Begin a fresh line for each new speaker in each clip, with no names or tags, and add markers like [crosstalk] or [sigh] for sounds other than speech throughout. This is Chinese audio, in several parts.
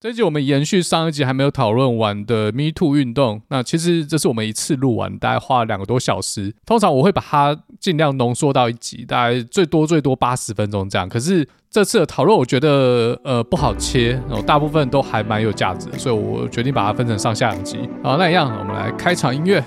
这一集我们延续上一集还没有讨论完的 Me Too 运动，那其实这是我们一次录完，大概花了两个多小时。通常我会把它尽量浓缩到一集，大概最多最多八十分钟这样。可是这次的讨论，我觉得呃不好切，然后大部分都还蛮有价值的，所以我决定把它分成上下两集。好，那一样，我们来开场音乐。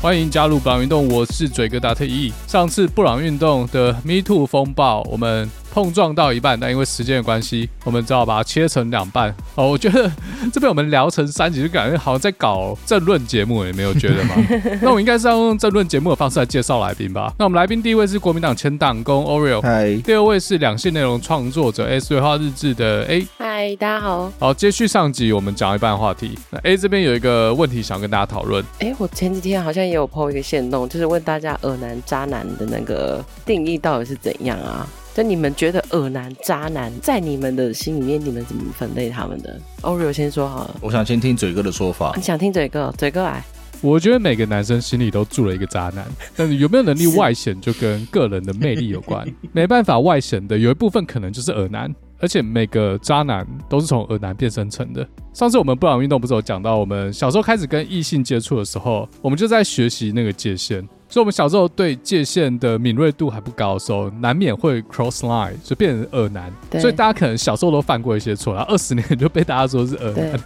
欢迎加入布朗运动，我是嘴哥达特一。上次布朗运动的 Me Too 风暴，我们碰撞到一半，但因为时间的关系，我们只好把它切成两半。哦，我觉得这边我们聊成三集，就感觉好像在搞政论节目，你没有觉得吗？那我应该是要用政论节目的方式来介绍来宾吧？那我们来宾第一位是国民党前党工
[laughs]
Oreo，
嗨，
第二位是两性内容创作者 S 对话日志的 A。
嗨，大家好。
好，接续上集我们讲一半的话题，那 A 这边有一个问题想跟大家讨论。
哎、我前几天好像也有 PO 一个线动，就是问大家“恶男”“渣男”的那个定义到底是怎样啊？就你们觉得“恶男”“渣男”在你们的心里面，你们怎么分类他们的？Oreo 先说好了。
我想先听嘴哥的说法
你。想听嘴哥？哦嘴哥来。
我觉得每个男生心里都住了一个渣男，但是有没有能力外显，就跟个人的魅力有
[laughs]
关。没办法外显的，有一部分可能就是耳男，而且每个渣男都是从耳男变生成的。上次我们布朗运动不是有讲到，我们小时候开始跟异性接触的时候，我们就在学习那个界限。所以，我们小时候对界限的敏锐度还不高的时候，难免会 cross line，就变成耳男。
对
所以，大家可能小时候都犯过一些错，然后二十年就被大家说是耳
[laughs] 对
男。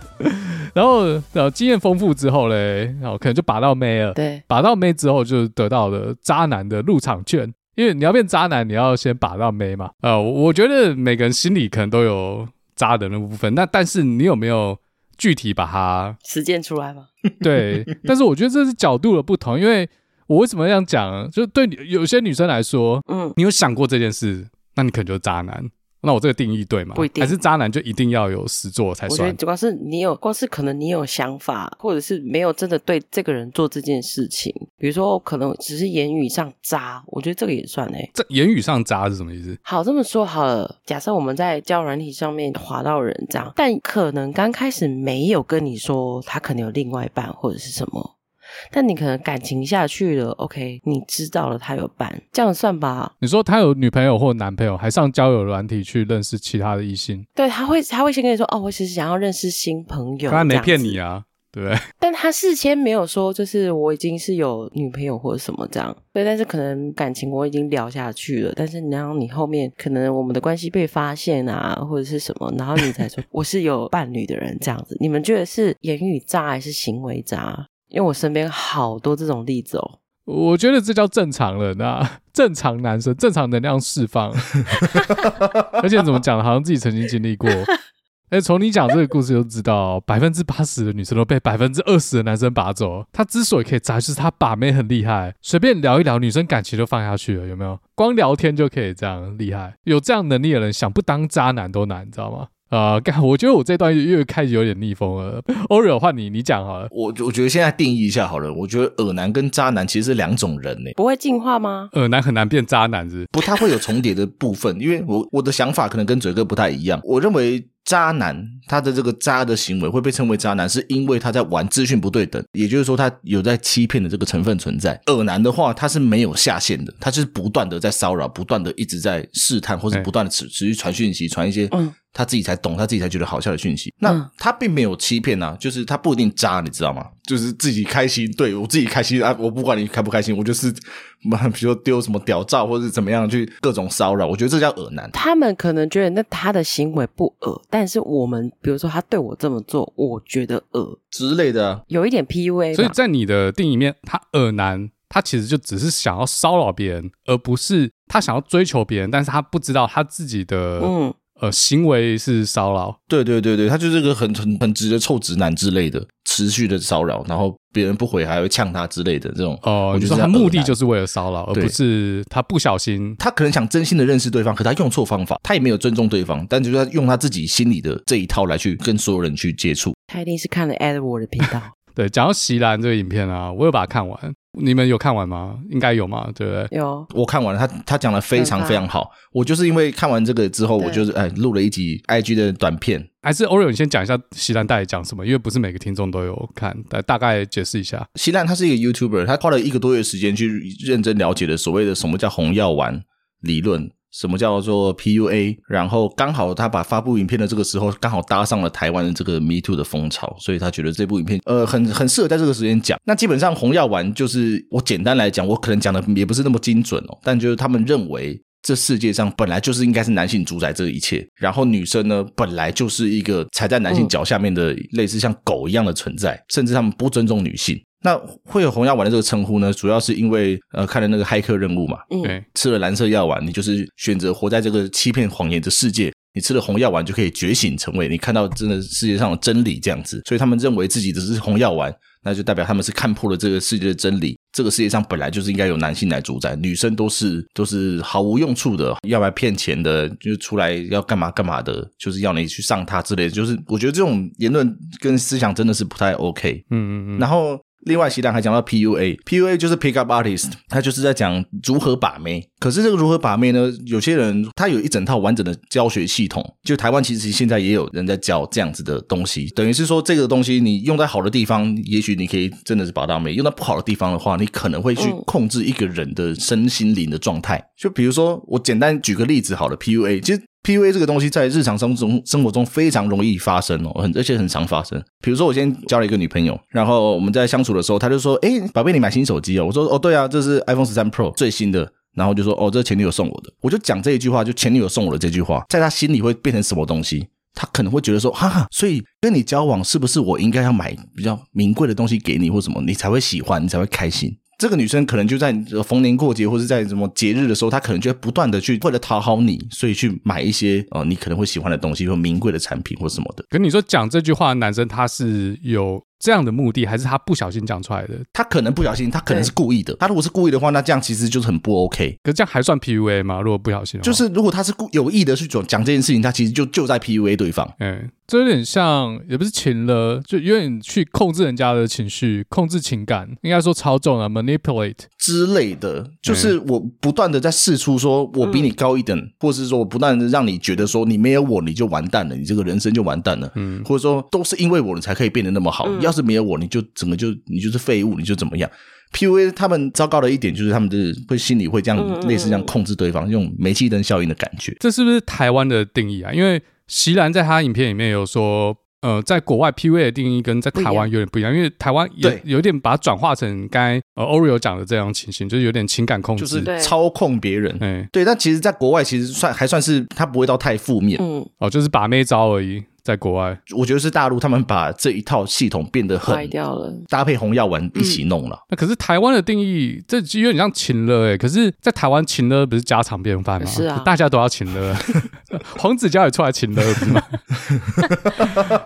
然后，然后经验丰富之后嘞，然后可能就把到妹了。
对
把到妹之后，就得到了渣男的入场券。因为你要变渣男，你要先把到妹嘛。呃，我我觉得每个人心里可能都有渣的那部分，那但是你有没有具体把它
实践出来吗？ [laughs]
对，但是我觉得这是角度的不同，因为我为什么这样讲？就对你有些女生来说，
嗯，
你有想过这件事，那你可能就是渣男。那我这个定义对吗？
不一定
还是渣男就一定要有实作才
我觉得
算？
主要是你有，光是可能你有想法，或者是没有真的对这个人做这件事情，比如说可能只是言语上渣，我觉得这个也算哎、
这言语上渣是什么意思？
好，这么说好了，假设我们在交友软体上面滑到人这样，但可能刚开始没有跟你说他可能有另外一半或者是什么，但你可能感情下去了，OK，你知道了他有伴，这样算吧？
你说他有女朋友或男朋友，还上交友软体去认识其他的异性，
对，他会他会先跟你说，哦，我其实想要认识新朋友，
他没
这样子
骗你，啊，对不对？
但他事先没有说，就是我已经是有女朋友或者什么这样，对，但是可能感情我已经聊下去了，但是然后你后面可能我们的关系被发现啊，或者是什么，然后
[laughs]
你才说我是有伴侣的人这样子，你们觉得是言语渣还是行为渣？因为我身边好多这种例子哦，
我觉得这叫正常人啊， [laughs] 正常男生，正常能量释 [laughs] 放。而且怎么讲，好像自己曾经经历过。哎，从你讲这个故事就知道，百分之八十的女生都被百分之二十的男生把走。他之所以可以渣，就是他把妹很厉害，随便聊一聊，女生感情就放下去了，有没有？光聊天就可以这样厉害，有这样能力的人，想不当渣男都难，你知道吗？啊、干，我觉得我这段又又开始有点逆风了。Oreo 换你，你讲好了。
我我觉得现在定义一下好了，我觉得恶男跟渣男其实是两种人呢、
不会进化吗？
呃，男很难变渣男是不是
不太会有重叠的部分，因为我我的想法可能跟嘴哥不太一样。我认为渣男他的这个渣的行为会被称为渣男，是因为他在玩资讯不对等，也就是说他有在欺骗的这个成分存在。恶男的话，他是没有下限的，他就是不断的在骚扰，不断的一直在试探，或是
哎
不断的持持续传讯息，传一些
嗯
他自己才懂，他自己才觉得好笑的讯息。那
嗯
他并没有欺骗啊，就是他不一定渣，你知道吗？就是自己开心，对我自己开心啊，我不管你开不开心，我就是，比如说丢什么屌照或者怎么样去各种骚扰，我觉得这叫恶男。
他们可能觉得那他的行为不恶，但是我们比如说他对我这么做，我觉得恶，
之类的啊，
有一点 PUA，
所以
吧
在你的定义里面，他耳男，他其实就只是想要骚扰别人，而不是他想要追求别人，但是他不知道他自己的、
嗯。
呃行为是骚扰。
对对对对，他就是个很很很直的臭直男之类的，持续的骚扰，然后别人不回还会呛他之类的这种。
哦、
我
你
觉
说
得
他目的
是。
就是为了骚扰，而
对
不是他不小心。
他可能想真心的认识对方，可他用错方法，他也没有尊重对方，但就是他用他自己心里的这一套来去跟所有人去接触。
[laughs]
他一定是看了 Edward 的频道。
对，讲到席兰这个影片啊，我有把它看完。你们有看完吗？应该有嘛，对不对？
有
我看完了，他他讲的非常
很棒
非常好。我就是因为看完这个之后，
对
我就是哎录了一集 IG 的短片，
还是 Oreo，你先讲一下席兰带讲什么，因为不是每个听众都有看，大大概解释一下。
希兰他是一个 YouTuber，他花了一个多月时间去认真了解了所谓的什么叫红药丸理论，什么叫做 PUA，然后刚好他把发布影片的这个时候，刚好搭上了台湾的这个 Me Too 的风潮，所以他觉得这部影片呃很很适合在这个时间讲。那基本上红药丸就是我简单来讲，我可能讲的也不是那么精准哦，但就是他们认为。这世界上本来就是应该是男性主宰这一切，然后女生呢，本来就是一个踩在男性脚下面的类似像狗一样的存在，甚至他们不尊重女性。那会有红药丸的这个称呼呢，主要是因为呃看了那个骇客任务嘛，
嗯
对，
吃了蓝色药丸，你就是选择活在这个欺骗谎言的世界。你吃了红药丸就可以觉醒，成为你看到真的世界上的真理这样子，所以他们认为自己只是红药丸，那就代表他们是看破了这个世界的真理。这个世界上本来就是应该由男性来主宰，女生都是都是毫无用处的，要来骗钱的，就是出来要干嘛干嘛的，就是要你去上他之类的。就是我觉得这种言论跟思想真的是不太 OK。
嗯嗯嗯，
然后另外，席兰还讲到 PUA，PUA 就是 Pick Up Artist，他就是在讲如何把妹。可是这个如何把妹呢？有些人他有一整套完整的教学系统，就台湾其实现在也有人在教这样子的东西。等于是说，这个东西你用在好的地方，也许你可以真的是把它当妹；用在不好的地方的话，你可能会去
嗯
控制一个人的身心灵的状态。就比如说，我简单举个例子好了，PUA，其实 PUA 这个东西在日常生中生活中非常容易发生哦，很而且很常发生。比如说，我今天交了一个女朋友，然后我们在相处的时候，她就说：“哎，宝贝，你买新手机哦？”我说：“哦，对啊，这是 iPhone 十三 Pro 最新的。”然后就说：“哦，这是前女友送我的。”我就讲这一句话，就前女友送我的这句话，在她心里会变成什么东西？她可能会觉得说：“哈哈，所以跟你交往是不是我应该要买比较名贵的东西给你，或什么，你才会喜欢，你才会开心？”这个女生可能就在呃逢年过节或是在什么节日的时候，她可能就会不断的去为了讨好你，所以去买一些呃你可能会喜欢的东西或名贵的产品或什么的。
跟你说讲这句话，的男生他是有这样的目的，还是他不小心讲出来的？
她可能不小心，她可能是故意的。她如果是故意的话，那这样其实就是很不 OK。
可是这样还算 PUA 吗？如果不小心的话，
就是如果她是故有意的去讲讲这件事情，她其实就就在 PUA 对方。
嗯，这有点像，也不是情了，就有点去控制人家的情绪，控制情感，应该说操纵啊，manipulate。
之类
嗯
的，就是我不断的在试出说，我比你高一等，或是说我不断的让你觉得说你没有我你就完蛋了，你这个人生就完蛋了，嗯，或者说都是因为我你才可以变得那么好，
嗯
要是没有我你就整个就你就是废物，你就怎么样？PUA 他们糟糕的一点就是他们就是会心里会这
嗯嗯
样
嗯
类似这样控制对方，用煤气灯效应的感觉。
这是不是台湾的定义啊？因为席兰在他影片里面有说，呃，在国外 PUA 的定义跟在台湾有点不一样，因为台湾也
对
有点把它转化成刚才呃 Oreo 讲的这样情形，就是有点情感控
就
制。
是
对嗯
操控别人，
哎，
对，但其实，在国外其实算还算是他不会到太负面，
嗯，
哦，就是把妹招而已，在国外。
我觉得是大陆他们把这一套系统变得
坏
很
掉嗯了。
搭配红药丸一起弄了。
那可是台湾的定义，这有点像情了哎、可是，在台湾情了不是家常便饭吗？
是啊
大家都要情了。 [laughs] 黄子佼也出来情了不是吗？ [laughs]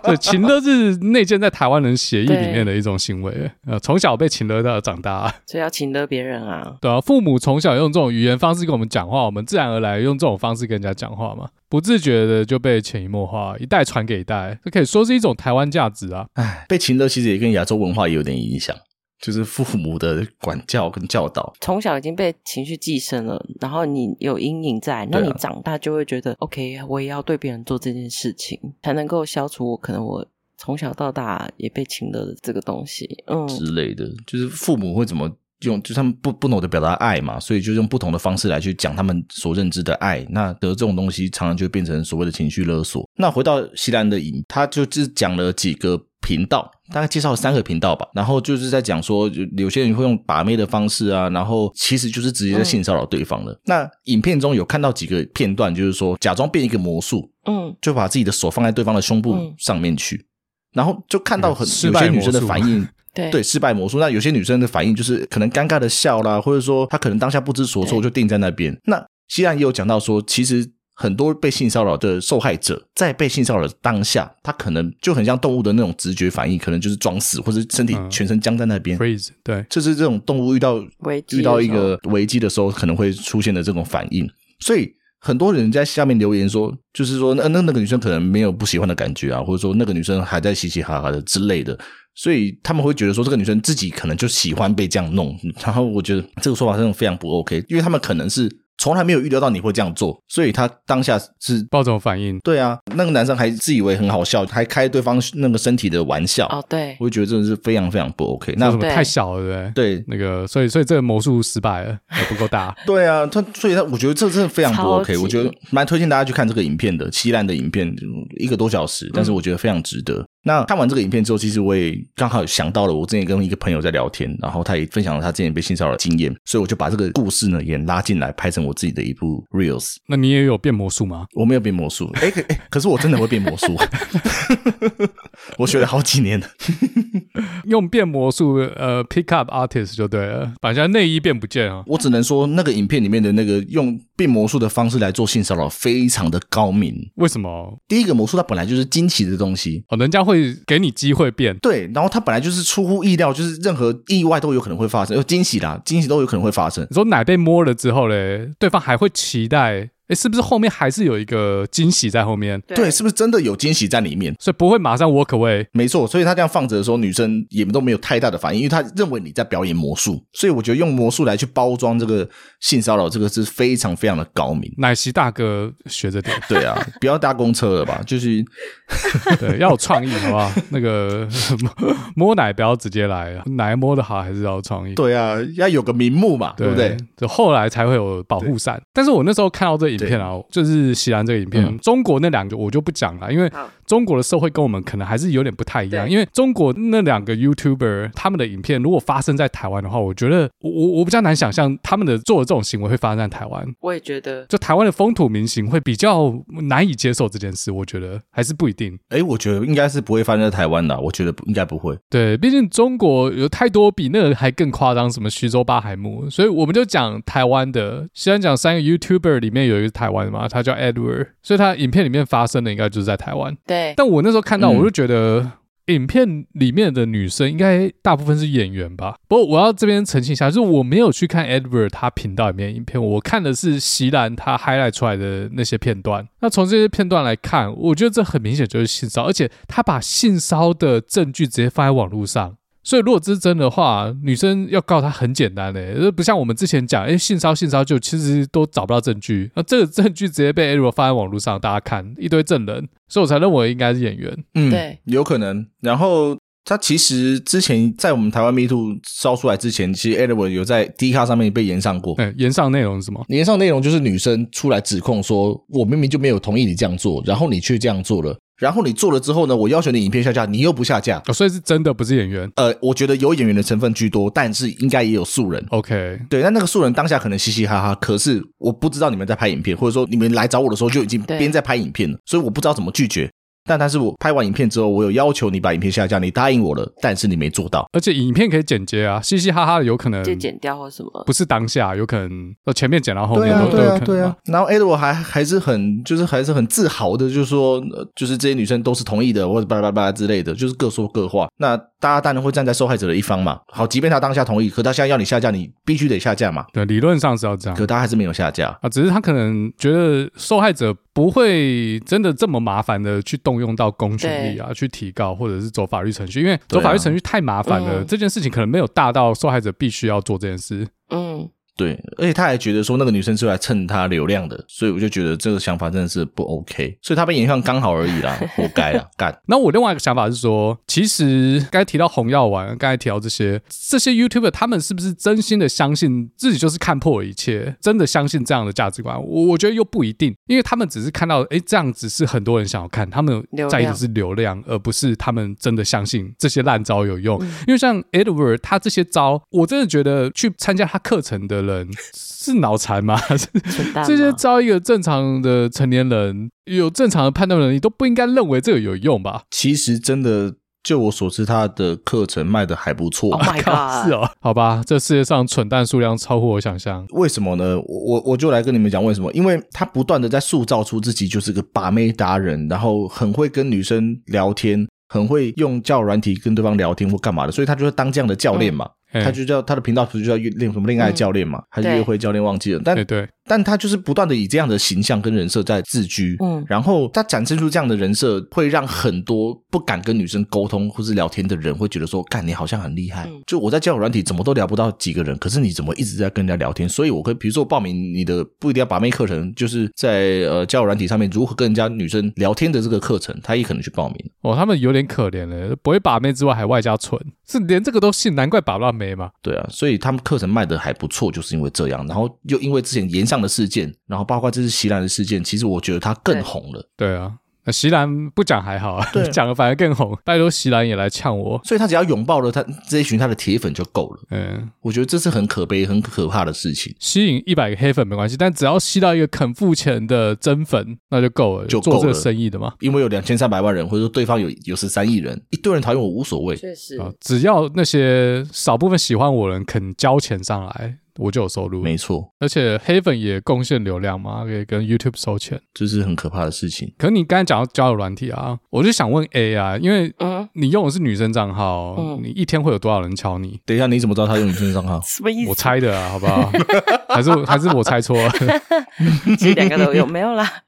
对，情了是内建在台湾人协议里面的一种行为欸，呃，从小被情了到长大、
所以要请得别人啊。
对啊，父母从小用这种语言方式跟我们讲话，我们自然而然用这种方式跟人家讲话嘛，不自觉的就被潜移默化，一代传给一代，这可以说是一种台湾价值啊。
被情勒其实也跟亚洲文化也有点影响，就是父母的管教跟教导。
从小已经被情绪寄生了，然后你有阴影在，那
对啊
你长大就会觉得、OK，我也要对别人做这件事情，才能够消除我可能我从小到大也被侵了的这个东西。嗯，
之类的，就是父母会怎么用，就是他们不不懂得表达爱嘛，所以就用不同的方式来去讲他们所认知的爱。那得这种东西，常常就变成所谓的情绪勒索。那回到西兰的影，他就只讲了几个。频道大概介绍了三个频道吧，然后就是在讲说，有有些人会用把妹的方式啊，然后其实就是直接在性骚扰对方了。那影片中有看到几个片段，就是说假装变一个魔术，
嗯，
就把自己的手放在对方的胸部
嗯
上面去，然后就看到很
嗯失
有
败
些女生的
魔术
反应，
[laughs] 对
对失败魔术。那有些女生的反应就是可能尴尬的笑啦，或者说她可能当下不知所措
对
就定在那边。那西兰也有讲到说，其实很多被性骚扰的受害者在被性骚扰的当下，他可能就很像动物的那种直觉反应，可能就是装死或者身体
嗯
全身僵在那边。
Freeze，对，
就是这种动物遇到
危机的
遇到一个危机的时候可能会出现的这种反应，所以很多人在下面留言说，就是说那那那个女生可能没有不喜欢的感觉啊，或者说那个女生还在嘻嘻哈哈的之类的，所以他们会觉得说，这个女生自己可能就喜欢被这样弄。然后我觉得这个说法真的非常不 OK，因为他们可能是从来没有预料到你会这样做，所以他当下是
抱这种反应，
对啊，那个男生还自以为很好笑，还开对方那个身体的玩笑，
哦，对，
我就觉得真的是非常非常不 OK。
那
那
什么
对
太小了，对不对？
对
那个，所以所以这个魔术失败了，还不够大。
[laughs] 对啊，他所以他我觉得这真的非常不
超
OK，
级
我觉得蛮推荐大家去看这个影片的，西兰的影片一个多小时，
嗯
但是我觉得非常值得。那看完这个影片之后，其实我也刚好想到了，我之前跟一个朋友在聊天，然后他也分享了他之前被性骚扰的经验，所以我就把这个故事呢也拉进来，拍成我自己的一部 reels。
那你也有变魔术吗？
我没有变魔术，哎、可哎、可是我真的会变魔术， [laughs] 我学了好几年了。
用变魔术，呃，pick up artist 就对了，把人家内衣变不见啊。
我只能说，那个影片里面的那个用变魔术的方式来做性骚扰，非常的高明。
为什么？
第一个魔术它本来就是惊奇的东西，
哦，人家会给你机会变，
对，然后它本来就是出乎意料，就是任何意外都有可能会发生，呃，惊喜啦，惊喜都有可能会发生。
你说奶被摸了之后嘞，对方还会期待，哎，是不是后面还是有一个惊喜在后面？
对，是不是真的有惊喜在里面？
所以不会马上 walk away。
没错，所以他这样放着的时候，女生也都没有太大的反应，因为她认为你在表演魔术，所以我觉得用魔术来去包装这个性骚扰，这个是非常非常的高明。
奶昔大哥学着点，
对啊，不要搭公车了吧？就是
对，要有创意，好不好？那个 [laughs] 摸奶不要直接来啊，奶摸的好还是要有创意。
对啊，要有个名目嘛，对不对？？
就后来才会有保护伞。但是我那时候看到这影片啊，就是席兰这个影片，
嗯
中国那两个我就不讲了，因为
好
中国的社会跟我们可能还是有点不太一样。
对
因为中国那两个 YouTuber 他们的影片，如果发生在台湾的话，我觉得我我我比较难想象他们的做的这种行为会发生在台湾。
我也觉得
就台湾的风土民情会比较难以接受这件事，我觉得还是不一定。
哎，我觉得应该是不会发生在台湾的啊，我觉得不应该不会。
对，毕竟中国有太多比那个还更夸张，什么徐州八海墓，所以我们就讲台湾的。虽然讲三个 YouTuber 里面有一个是台湾的嘛，他叫 Edward，所以他影片里面发生的应该就是在台湾。
对，
但我那时候看到，
嗯
我就觉得。影片里面的女生应该大部分是演员吧？不过我要这边澄清一下，就是我没有去看 Edward 他频道里面的影片，我看的是席兰他 highlight 出来的那些片段。那从这些片段来看，我觉得这很明显就是性骚扰，而且他把性骚扰的证据直接放在网络上。所以，如果这是真的话，女生要告他很简单嘞、欸，不像我们之前讲，哎、性骚扰性骚扰就其实都找不到证据，那这个证据直接被 Ariel 放在网络上，大家看一堆证人，所以我才认为应该是演员。
嗯，
对，
有可能。然后他其实之前在我们台湾 Me Too 烧出来之前，其实 Edward 有在 D 卡上面被延上过。
哎、言上内容是什么？
延上内容就是女生出来指控说，我明明就没有同意你这样做，然后你却这样做了，然后你做了之后呢，我要求你影片下架，你又不下架。
哦，所以是真的，不是演员。
呃，我觉得有演员的成分居多，但是应该也有素人。
OK，
对，但那个素人当下可能嘻嘻哈哈，可是我不知道你们在拍影片，或者说你们来找我的时候就已经
对
边在拍影片了，所以我不知道怎么拒绝。但但是我拍完影片之后，我有要求你把影片下架，你答应我了，但是你没做到。
而且影片可以剪接啊，嘻嘻哈哈的有可能
就剪掉或什么，
嗯不是当下，有可能呃前面剪到后面
啊
都、都有可能嘛。
然后 Edward 还还是很就是还是很自豪的，就是说呃就是这些女生都是同意的，或者巴拉巴拉巴拉之类的，就是各说各话。那大家当然会站在受害者的一方嘛。好，即便他当下同意，可他现在要你下架，你必须得下架嘛。
对，理论上是要这样。
可他还是没有下架。
啊，只是他可能觉得受害者不会真的这么麻烦的去动用到公权力啊，去提告或者是走法律程序，因为走
对啊
法律程序太麻烦了，
嗯
这件事情可能没有大到受害者必须要做这件事。
嗯，
对，而且他还觉得说那个女生是来蹭他流量的，所以我就觉得这个想法真的是不 OK，所以他被延上刚好而已啦，活该啦，干。
那我另外一个想法是说，其实刚才提到红药丸，刚才提到这些这些 YouTuber，他们是不是真心的相信自己就是看破了一切，真的相信这样的价值观？我我觉得又不一定，因为他们只是看到，诶，这样子是很多人想要看，他们
流量
在意的是流量，而不是他们真的相信这些烂招有用。
嗯
因为像 Edward 他这些招，我真的觉得去参加他课程的人是脑残吗？
蠢蛋
这些
嘛
招一个正常的成年人有正常的判断能力，都不应该认为这个有用吧？
其实真的，就我所知，他的课程卖的还不错。啊
，Oh my
靠，是
god，
哦，好吧，这世界上蠢蛋数量超乎我想象。
为什么呢？我我我就来跟你们讲为什么，因为他不断的在塑造出自己就是个把妹达人，然后很会跟女生聊天，很会用交友软体跟对方聊天或干嘛的，所以他就会当这样的教练嘛。
哎
他就叫他的频道不是就叫恋什么恋爱教练嘛，还是
对
约会教练忘记了，但
哎对对，
但他就是不断的以这样的形象跟人设在自居，
嗯
然后他展示出这样的人设，会让很多不敢跟女生沟通或是聊天的人会觉得说，干你好像很厉害，
嗯
就我在交友软体怎么都聊不到几个人，可是你怎么一直在跟人家聊天？所以我可以，比如说我报名你的不一定要把妹课程，就是在呃交友软体上面如何跟人家女生聊天的这个课程，他也可能去报名。
哦，他们有点可怜了，不会把妹之外还外加蠢，是连这个都信，难怪把不到妹嘛。
对啊，所以他们课程卖的还不错，就是因为这样。然后又因为之前延上的事件，然后包括这次席兰的事件，其实我觉得他更
对
红了。
对啊，那席兰不讲还好啊
对，
[laughs] 讲了反而更红。拜托席兰也来呛我，
所以他只要拥抱了他这一群他的铁粉就够了。
嗯，
我觉得这是很可悲、很可怕的事情，
吸引一百个黑粉没关系，但只要吸到一个肯付钱的真粉，那就够了，
就够
做这个
了
生意的嘛。
因为有两千三百万人，或者说对方有有十三亿人，一堆人讨厌我无所谓。
确实，
啊，只要那些少部分喜欢我的人肯交钱上来，我就有收入。
没错，
而且黑粉也贡献流量嘛，可以跟 YouTube 收钱。
这是很可怕的事情。
可是你刚才讲到交友软体啊，我就想问 A 啊，因为
嗯，
你用的是女生账号，
嗯？
你一天会有多少人敲你？
等一下，你怎么知道他用你 [laughs] 身账号
什么意思？
我猜的啊，好不好？还是我还是我猜错了？
其实两个都有，没有啦。 [laughs]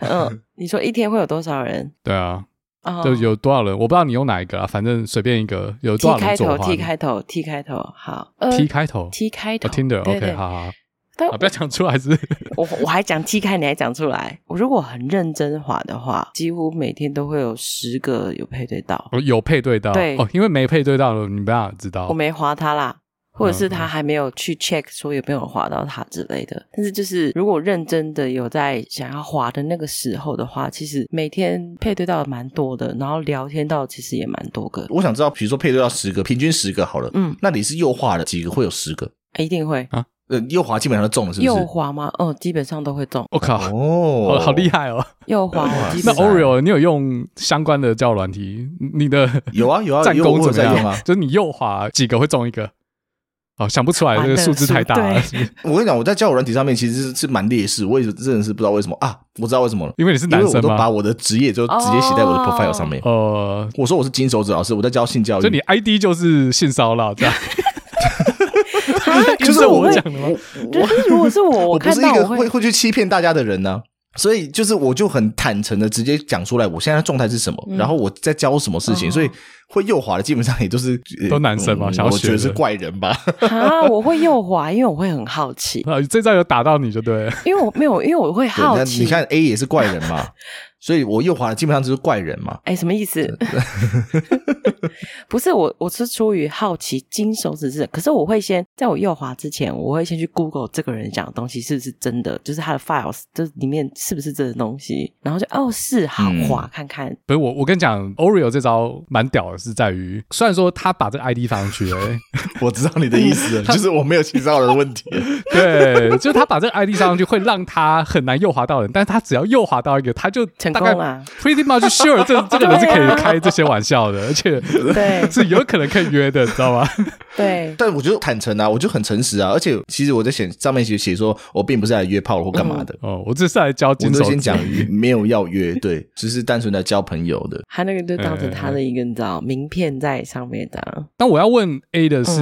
嗯，你说一天会有多少人？
对啊，
哦，
就有多少人？我不知道你用哪一个啊，反正随便一个，有
T
多少
开
人左
头
滑
，T
你
开头，T 开头，好
T 开头，
呃，T 开头
我听的
对
OK，
对
好 [laughs] 好，
但
好，不要讲出来是。
我我还讲 T 开，你还讲出来。我如果很认真滑的话，几乎每天都会有十个有配对到，
哦有配对到
对
哦，因为没配对到的你没办法知道
我。没滑他啦，或者是
嗯
他还没有去 check 说有没有滑到他之类的。但是就是如果认真的有在想要滑的那个时候的话，其实每天配对到的蛮多的，然后聊天到其实也蛮多个，
我想知道，比如说配对到十个，平均十个好了，
嗯，
那你是右滑的几个会有十个？
一定会。
呃，右滑基本上都中了，是不
右
是？
滑吗？哦，基本上都会中。
我靠，[laughs]
哦
好好厉害哦！
右滑我基
那
本
偶
上
尔
Oreo，你有用相关的交友软体？你的
[laughs] 有啊有
[laughs]
啊，
战
有我
功
有
怎么
在用
样？
啊。
就是你右滑几个会中一个？哦，想不出来，
完
这
了
个数字太大了，
[laughs] 我跟你讲，我在交友软体上面其实是是蛮劣势，我也真的是不知道为什么啊，我知道为 [laughs] 什么了，
[laughs] 因为你是
因
男
为我
生
都把
嘛。
我的职业就直接写在我的
哦
profile 上面。
呃，
我说我是金手指老师，我在教性教育，
所以
啊
[laughs] 你 ID 就是性骚扰这样。 [laughs]
啊
[laughs] 就
就是是我
会
讲的吗？
就是如
[laughs]
果是我，
我
我
不
看
是一
到
个
我
会
会
会去欺骗大家的人呢、所以就是我就很坦诚的直接讲出来，我现在的状态是什么，
嗯
然后我在教什么事情，
哦
所以会右滑的基本上也都是呃
[laughs] 都男生嘛
嗯
想要
我
学
觉得是
的
怪人
[laughs]
吧。
啊，我会右滑，因为我会很好奇，
啊，这招有打到你就对了。
因为我没有，因为我会
对
好
那
奇。
你看 A 也是怪人
[laughs]
嘛，所以我右滑的基本上就是怪人嘛。
哎，什么意思？ [laughs] 不是我，我是出于好奇，金手指是，可是我会先在我右滑之前，我会先去 Google 这个人讲的东西是不是真的，就是他的 files，就是里面是不是真的东西，然后就哦是好
嗯
滑看看， [laughs]
不是我，我跟你讲，Oreo 这招蛮屌的，是在于虽然说他把这个 ID 放上去了，哎
我知道你的意
[laughs]
思了，就是我没有性骚扰的问题。
对，就是他把这个 ID 上上去，会让他很难右滑到人，但是他只要右滑到一个，他就
成
大概
功啦
pretty much sure 这这个人是可
对啊
以开这些玩笑的，而且
对
是有可能可以约的，你知道吗？
[laughs]
对，
但我觉得坦诚啊，我就很诚实啊，而且其实我在写上面写写说我并不是来约炮或干嘛的，
哦，我这是来教
我
金
都
手
先
指
讲没有要约，对，只是单纯来交朋友的。
他那个就
嗯
当成他的一个你知道名片在上面的啊，
但我要问 A 的是，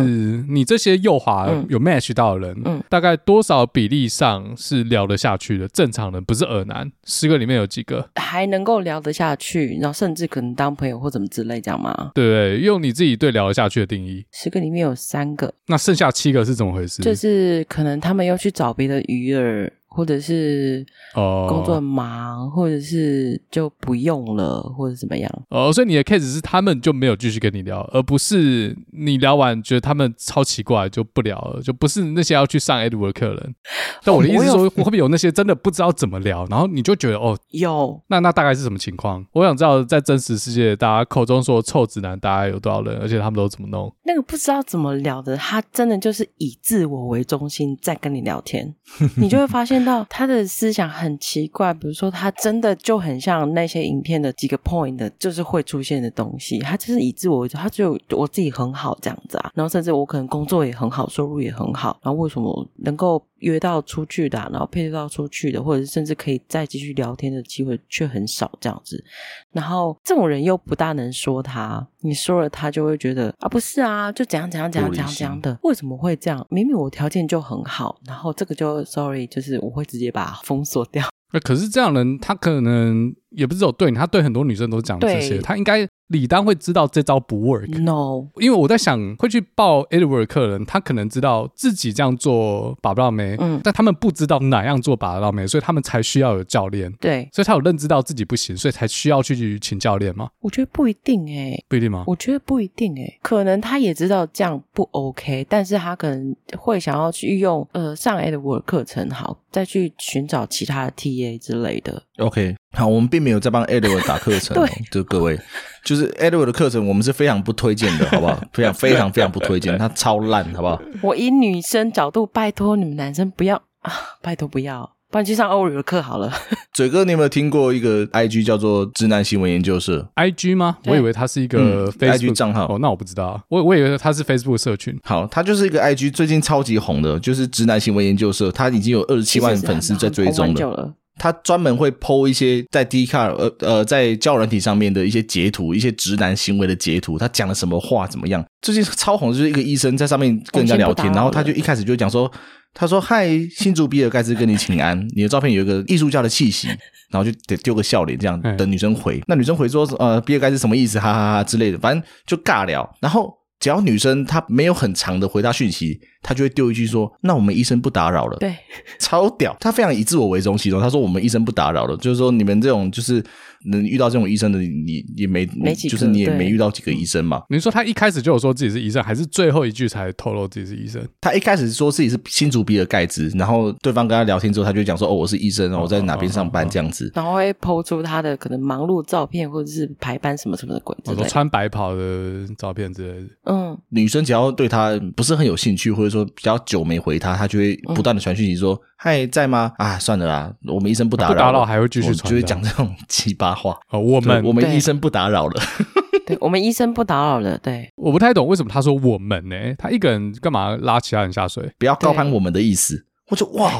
你这些右滑
嗯
有 match 到的人，
嗯
大概多少比例上是聊得下去的？正常人不是耳男，十个里面有几个？
还能够聊得下去，然后甚至可能当朋友或怎么之类，这样吗？
对不对？用你自己对聊得下去的定义。
十个里面有三个，
那剩下七个是怎么回事？
就是可能他们又去找别的鱼饵，或者是
哦，
工作很忙，或者是就不用了，或者怎么样。
哦，所以你的 case 是他们就没有继续跟你聊，而不是你聊完觉得他们超奇怪就不聊了，就不是那些要去上 Edward 课的
[laughs]
人。但我的意思是说，
我
会不会有那些真的不知道怎么聊，然后你就觉得哦，
有
那那大概是什么情况？我想知道，在真实世界，大家口中说的臭直男，大概有多少人，而且他们都怎么弄？
那个不知道怎么聊的，他真的就是以自我为中心在跟你聊天，你就会发现到他的思想很奇怪。比如说，他真的就很像那些影片的几个 point 的，就是会出现的东西。他就是以自我为主，他就我自己很好这样子啊。然后甚至我可能工作也很好，收入也很好，然后为什么能够约到出去的啊、然后配对到出去的，或者是甚至可以再继续聊天的机会却很少这样子。然后这种人又不大能说他，你说了他就会觉得啊不是啊，就怎样怎样怎样怎样怎样的，为什么会这样？明明我条件就很好，然后这个就 sorry，就是我会直接把它封锁掉。
那可是这样的人，他可能也不是只有对你，他对很多女生都讲这些，
对
他应该理当会知道这招不 work。
No，
因为我在想，会去报 Edward 的客人，他可能知道自己这样做把不到妹，
嗯
但他们不知道哪样做把得到妹，所以他们才需要有教练，
对
所以他有认知到自己不行，所以才需要去请教练嘛，
我觉得不一定哎、
不一定吗？
我觉得不一定诶、欸可能他也知道这样不 OK，但是他可能会想要去用呃上 Edward 课程好，再去寻找其他的 TA 之类的。
[laughs] OK，好，我们并没有在帮 Edward 打课程、哦，
对
就各位，就是 Edward 的课程，我们是非常不推荐的，好不好？非常非常非常不推荐，他超烂，好不好？
我以女生角度，拜托你们男生不要啊，拜托不要，不然去上 Edward 课好了。
嘴哥，你有没有听过一个 IG 叫做“直男行为研究社
I G 吗？
对
我以为它是一个
嗯
Facebook、
IG 账号
哦，那我不知道，我我以为它是 Facebook 社群”？。
好，他就是一个 IG 最近超级红的，就是“直男行为研究社”，他已经有二十七
啊
万粉丝在追
红
踪
很久
了。
了，
他专门会 PO 一些在 d 卡呃呃在教软体上面的一些截图，一些直男行为的截图，他讲了什么话怎么样？最近超红的就是一个医生在上面跟人家聊
我
天
先不打
然
扰，了
后他就一开始就讲说，他说嗨，新竹比尔盖茨跟你请安，你的照片有一个艺术家的气息。 [laughs] 然后就得丢个笑脸，这样
嗯
等女生回。那女生回说，呃，比尔盖茨什么意思？哈哈哈之类的，反正就尬聊。然后只要女生她没有很长的回答讯息，她就会丢一句说：“那我们医生不打扰了。”
对， [laughs]
超屌，他非常以自我为中心哦。他说我们医生不打扰了，就是说你们这种就是能遇到这种医生的，你也没
没几个
就是你也
对
没遇到几个医生嘛。
你说他一开始就有说自己是医生，还是最后一句才透露自己是医生？
他一开始说自己是新竹比尔盖茨，然后对方跟他聊天之后，他就讲说哦我是医生，哦我在哪边上班这样子。
然后会抛出他的可能忙碌照片或者是排班什么什么的鬼之
我
类
说
的。
穿白袍的照片之类的。
嗯，
女生只要对他不是很有兴趣，或者说比较久没回他，他就会
嗯
不断的传讯息说嗨在吗？啊算了啦，我们医生不打扰了，
不打扰还会继续
我
传
就会
这样
讲这种奇葩话。
哦，我
对
们
我
我
们
对
医生不打扰了。 [laughs]
对，我们医生不打扰了，对。
不太懂为什么他说我们呢、他一个人干嘛拉其他人下水？
不要高攀我们的意思。我就哇，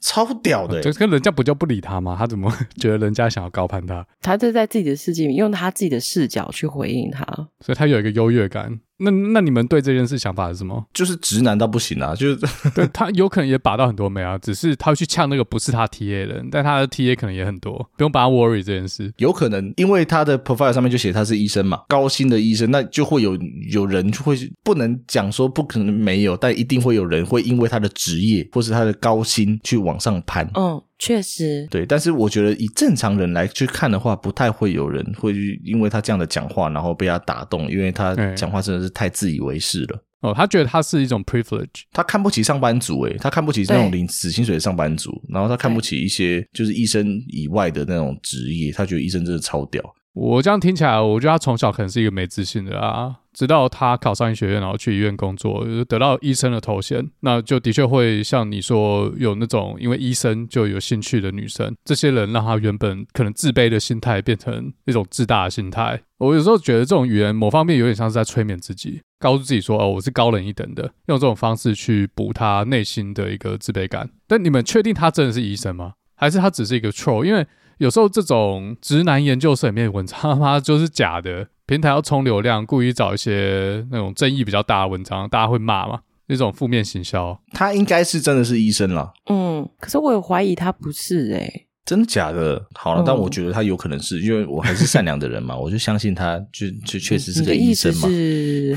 超屌的、
[laughs] 就
欸！
跟人家不就不理他吗？他怎么 [laughs] 觉得人家想要高攀他？
他就在自己的世界里，用他自己的视角去回应他。
所以他有一个优越感。那那你们对这件事想法是什么？
就是直男到不行啊，就是。
对他有可能也把到很多妹啊，只是他会去呛那个不是他 TA 的人，但他的 TA 可能也很多，不用把他 worry 这件事
有可能因为他的 profile 上面就写他是医生嘛，高薪的医生，那就会有有人就会不能讲说不可能没有，但一定会有人会因为他的职业或是他的高薪去往上攀。
嗯，确实，
对，但是我觉得以正常人来去看的话，不太会有人会去因为他这样的讲话，然后被他打动，因为他
嗯
讲话真的是太自以为是了。
哦，他觉得他是一种 privilege，
他看不起上班族、欸，他看不起那种
对
领死薪水的上班族，然后他看不起一些就是医生以外的那种职业，他觉得医生真的超屌。
我这样听起来，我觉得他从小可能是一个没自信的啊，直到他考上医学院，然后去医院工作，就是得到医生的头衔，那就的确会像你说有那种因为医生就有兴趣的女生，这些人让他原本可能自卑的心态变成一种自大的心态。我有时候觉得这种语言某方面有点像是在催眠自己，告诉自己说哦我是高人一等的，用这种方式去补他内心的一个自卑感。但你们确定他真的是医生吗？还是他只是一个 troll？因为有时候这种直男研究社里面的文章他妈就是假的，平台要冲流量，故意找一些那种争议比较大的文章，大家会骂嘛，那种负面行销。
他应该是真的是医生啦，
嗯，可是我有怀疑他不是哎、
真的假的？好了，
嗯
但我觉得他有可能是因为我还是善良的人
[laughs]
嘛，我就相信他就就确实是
你
个
的
医
意
生
思
嘛。 [laughs]
是，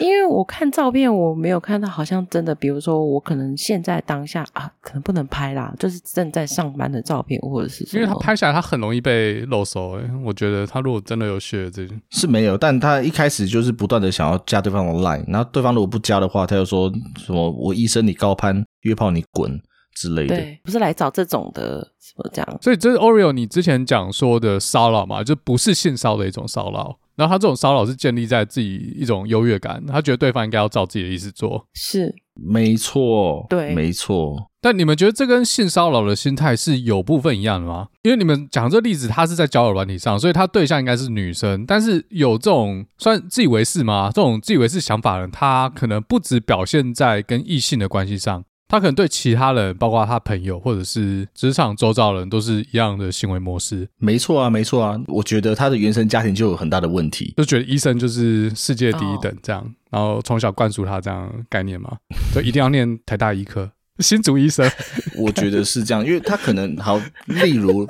因为我看照片，我没有看到好像真的，比如说我可能现在当下啊，可能不能拍啦，就是正在上班的照片或者是什哦
因为他
么
拍下来，他很容易被露手、欸。我觉得他如果真的有血这，
是没有，但他一开始就是不断的想要加对方的 line，然后对方如果不加的话，他就说什么我医生你高攀，约炮你滚之类的。
对，不是来找这种的，什么这样？
所以这是 Oreo 你之前讲说的骚扰嘛，就不是性骚的一种骚扰。然后他这种骚扰是建立在自己一种优越感，他觉得对方应该要照自己的意思做。
是
没错，
对
没错。
但你们觉得这跟性骚扰的心态是有部分一样的吗？因为你们讲这例子，他是在交友软体上，所以他对象应该是女生，但是有这种算自以为是吗？这种自以为是想法的人，他可能不只表现在跟异性的关系上，他可能对其他人，包括他朋友或者是职场周遭人，都是一样的行为模式，
没错啊，没错啊，我觉得他的原生家庭就有很大的问题。
就觉得医生就是世界第一
哦
等这样，然后从小灌输他这样的概念嘛，就一定要念台大医科，新竹医生。
我觉得是这样，因为他可能好，例如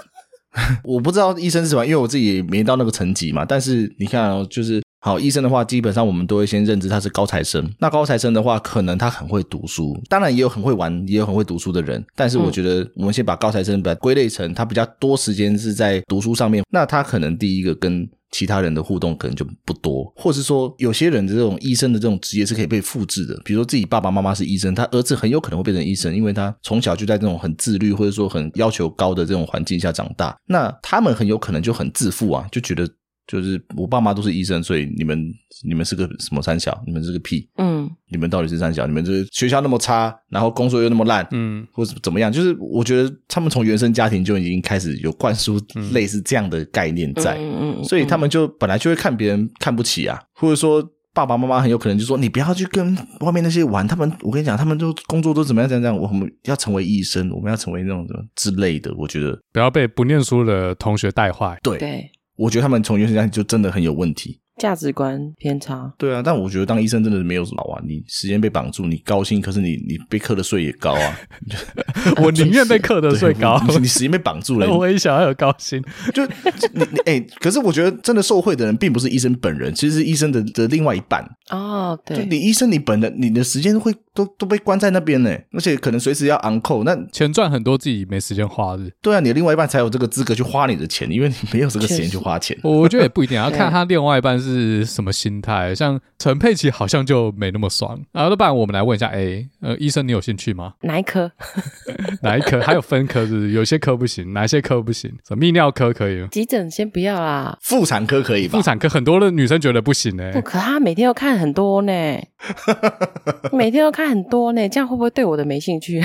我不知道医生是什么，因为我自己也没到那个层级嘛。但是你看哦，就是好医生的话，基本上我们都会先认知他是高材生。那高材生的话，可能他很会读书，当然也有很会玩，也有很会读书的人。但是我觉得我们先把高材生把它归类成他比较多时间是在读书上面，那他可能第一个跟。其他人的互动可能就不多，或是说有些人的这种医生的这种职业是可以被复制的，比如说自己爸爸妈妈是医生，他儿子很有可能会变成医生，因为他从小就在这种很自律或者说很要求高的这种环境下长大，那他们很有可能就很自负啊，就觉得就是我爸妈都是医生，所以你们你们是个什么三小，你们是个屁，
嗯，
你们到底是三小，你们这个学校那么差，然后工作又那么烂，
嗯，
或者怎么样，就是我觉得他们从原生家庭就已经开始有灌输类似这样的概念在。
嗯嗯嗯
所以他们就本来就会看别人 [laughs] 看不起啊，或者说爸爸妈妈很有可能就说你不要去跟外面那些玩，他们我跟你讲，他们都工作都怎么样怎么样，我们要成为医生，我们要成为那种什么之类的。我觉得， [laughs]
不要被不念书的同学带坏。
对，
对
我觉得他们从原生家庭就真的很有问题。
价值观偏差，
对啊，但我觉得当医生真的没有什么好啊，你时间被绑住，你高薪，可是你你被课的税也高
[laughs]
啊，
我宁愿被课的税高，
[laughs] 对你你时间被绑住了，你
[laughs] 我也想要有高薪。
就你你哎、可是我觉得真的受贿的人并不是医生本人，其实是医生的的另外一半。
哦，
就
对，
你医生，你本人你的时间会都都被关在那边呢，而且可能随时要 on call。那
钱赚很多，自己没时间花的。
对啊，你的另外一半才有这个资格去花你的钱，因为你没有这个时间
确
去
实
花钱。
我我觉得也不一定啊，要
对
看他另外一半是什么心态。像陈佩琪好像就没那么爽。然后，要不然我们来问一下，哎，呃，医生你有兴趣吗？
哪一 [laughs] 科？
哪一科？还有分科是不是？有些科不行，哪些科不行？什么泌尿科可以吗？
急诊先不要啦，
妇产科可以吧
妇？产科很多的女生觉得不行哎、
不可，他每天要看很多 [laughs] 呢，每天要看很多呢，这样会不会对我的没兴趣？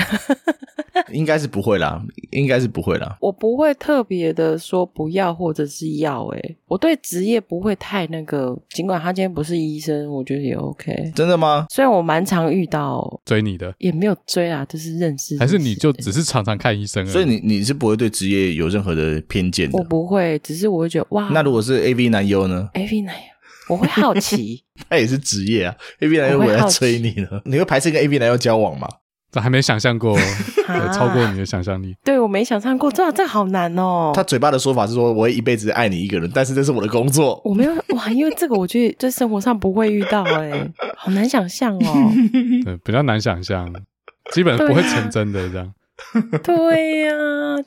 [laughs]
应该是不会啦，应该是不会啦。
我不会特别的说不要或者是要、欸，我对职业不会太那个，尽管他今天不是医生，我觉得也 OK。
真的吗？
虽然我蛮常遇到，
追你的，
也没有追啊，就是认识。
还是你就
认
只
识
是常常看医生而已？
所以你你是不会对职业有任何的偏见
啊我
的。
不会，只是我会觉得哇，
那如果是 A V 男优呢？
A V 男友，我会好奇，
他也是职业啊，A V 男优
我
我
会
来
好奇
催你呢，你会排斥跟 A V 男优交往吗？
这还没想象
[laughs]
过，哦 [laughs]
啊
对超过你的想象力。
对我没想象过，这这好
[laughs]
难哦。
他嘴巴的说法是说我会一辈子爱你一个人，但是这是我的工作。
我没有哇，因为这个我觉得在生活上不会遇到、欸，哎，好难想象
[laughs]
哦。
啊
对，比较难想象，基本不会成真的这样。
对呀、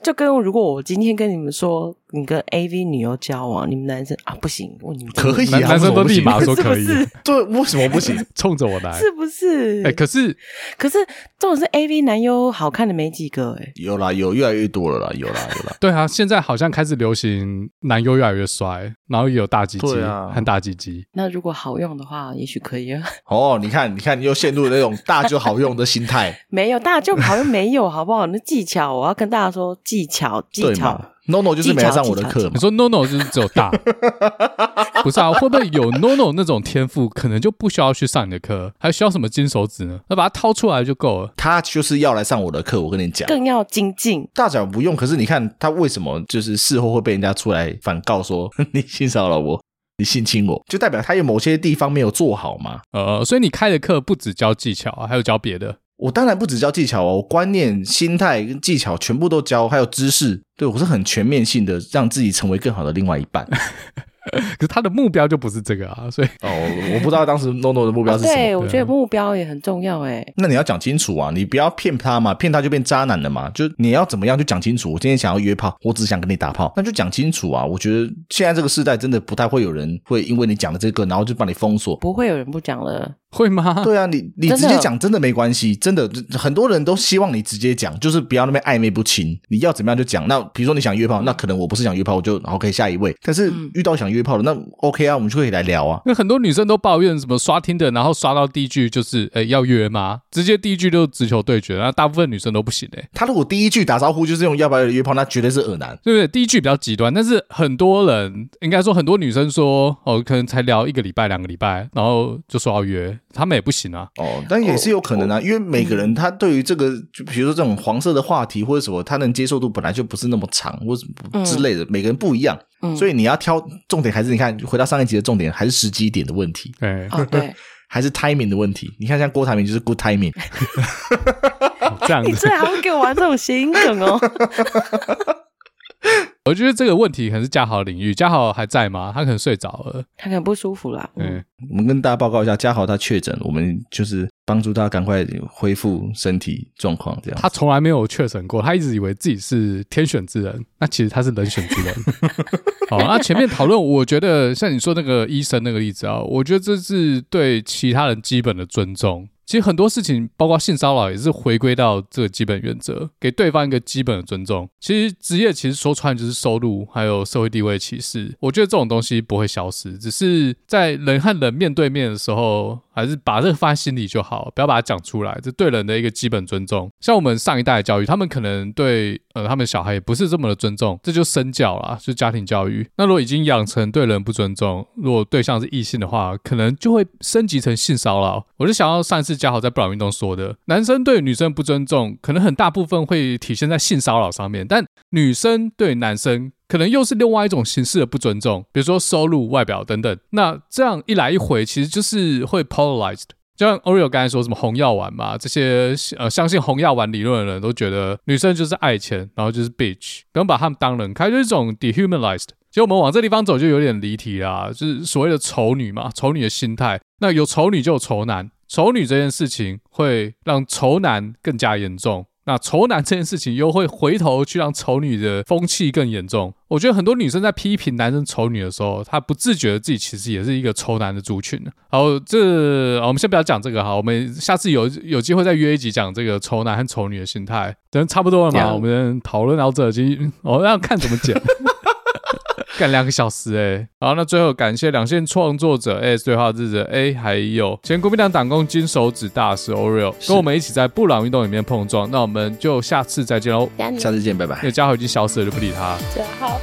就跟如果我今天跟你们说你跟 A V 女优交往，你们男生啊不行，我你们
可以啊，
男男生都
为什么不
立马
行
说
[laughs] 是不
可以，
是
对，为什么不行？
冲着我来。
[laughs] 是不是？
哎、可是
可是这种是 A V 男优好看的没几个哎、
有啦，有越来越多了啦，有啦，有啦。
对啊，现在好像开始流行男优越来越帅，然后也有大鸡鸡
对啊
和大鸡鸡。
那如果好用的话，也许可以啊。
哦，你看，你看，你又陷入那种大就好用的心态，
没有，大家就好像没有，好不好？那技巧，我要跟大家说技巧， [laughs] 技
对
巧
嘛。？NONO 就是没来上我的课
你
嘛。
说 no no 就是只有
[laughs]
大，不是啊？会不会有 no no 那种天赋，可能就不需要去上你的课，还需要什么金手指呢？那把它掏出来就够了。
他就是要来上我的课，我跟你讲，
更要精进。
大讲不用。可是你看他为什么就是事后会被人家出来反告说 [laughs] 你性骚扰我，你性侵我，就代表他有某些地方没有做好嘛。
呃，所以你开的课不只教技巧啊，还有教别的。
我当然不只教技巧哦，我观念、心态跟技巧全部都教，还有知识。对我是很全面性的，让自己成为更好的另外一
[laughs]
半。
可是他的目标就不是这个啊，所以
哦，我不知道当时 NONO 的目标是什么。
对，我
对啊
觉得目标也很重要哎、
那你要讲清楚啊，你不要骗他嘛，骗他就变渣男了嘛。就你要怎么样就讲清楚，我今天想要约炮，我只想跟你打炮，那就讲清楚啊。我觉得现在这个时代真的不太会有人会因为你讲的这个，然后就把你封锁。
不会有人不讲了。
[laughs]
会吗？
对啊，你你
真
直
的
接讲真的没关系，真的很多人都希望你直接讲，就是不要那边暧昧不清，你要怎么样就讲。那比如说你想约炮，那可能我不是想约炮，我就 OK 下一位。但是
嗯
遇到想约炮的，那 OK 啊，我们就可以来聊啊。
那很多女生都抱怨什么刷听的，然后刷到第一句就是呃要约吗？直接第一句就直球对决，那大部分女生都不行哎、
他如果第一句打招呼就是用要不要约炮，那绝对是恶男。
对不对？第一句比较极端，但是很多人应该说很多女生说哦，可能才聊一个礼拜、两个礼拜，然后就说要约，对他们也不行啊。
哦，但也是有可能啊，因为每个人他对于这个，就比如说这种黄色的话题或者什么，他能接受度本来就不是那么长，或者
嗯
之类的，每个人不一样，
嗯
所以你要挑重点还是你看回到上一集的重点，还是时机点的问题，
哎、
哦，对， [laughs]
还是 timing 的问题。你看像郭台铭就是 good timing，
哦这样
你
子
最，好给我玩这种谐音梗哦。
[laughs]
[laughs]
我觉得这个问题可能是嘉豪的领域。嘉豪还在吗？他可能睡着了。
他可能不舒服啦。嗯
嗯，
我们跟大家报告一下，嘉豪他确诊，我们就是帮助他赶快恢复身体状况，这样。
他从来没有确诊过，他一直以为自己是天选之人，那其实他是人选之人。 [laughs] 好，那前面讨论，我觉得像你说那个医生那个例子啊，我觉得这是对其他人基本的尊重。其实很多事情，包括性骚扰，也是回归到这个基本原则，给对方一个基本的尊重。其实职业其实说穿了就是收入，还有社会地位歧视。我觉得这种东西不会消失，只是在人和人面对面的时候，还是把这个放在心里就好，不要把它讲出来，这对人的一个基本尊重。像我们上一代的教育，他们可能对呃他们小孩也不是这么的尊重，这就身教啦，是家庭教育。那如果已经养成对人不尊重，如果对象是异性的话，可能就会升级成性骚扰。我就想到上一次嘉豪在不老运动说的，男生对女生不尊重，可能很大部分会体现在性骚扰上面，但女生对男生可能又是另外一种形式的不尊重，比如说收入、外表等等。那这样一来一回，其实就是会 polarized。就像 Oreo 刚才说什么红药丸嘛，这些呃相信红药丸理论的人都觉得女生就是爱钱，然后就是 bitch，不用把他们当人看，就是一种 dehumanized。其实我们往这地方走就有点离题啦，就是所谓的丑女嘛，丑女的心态。那有丑女就有丑男，丑女这件事情会让丑男更加严重。那丑男这件事情又会回头去让丑女的风气更严重。我觉得很多女生在批评男生丑女的时候，她不自觉的自己其实也是一个丑男的族群。好，这好我们先不要讲这个哈，我们下次有有机会再约一集讲这个丑男和丑女的心态。等差不多了嘛，
好
我们讨论到这，已经哦，要看怎么剪。 [laughs] 干两个小时哎、好，那最后感谢两线创作者哎 S 对话智者 A，还有前国民党党工金手指大师 Oreo，
是
跟我们一起在布朗运动里面碰撞。那我们就下次再见喽。
加你
下次见，拜拜
因。为嘉豪已经消失了，就不理他。
最好，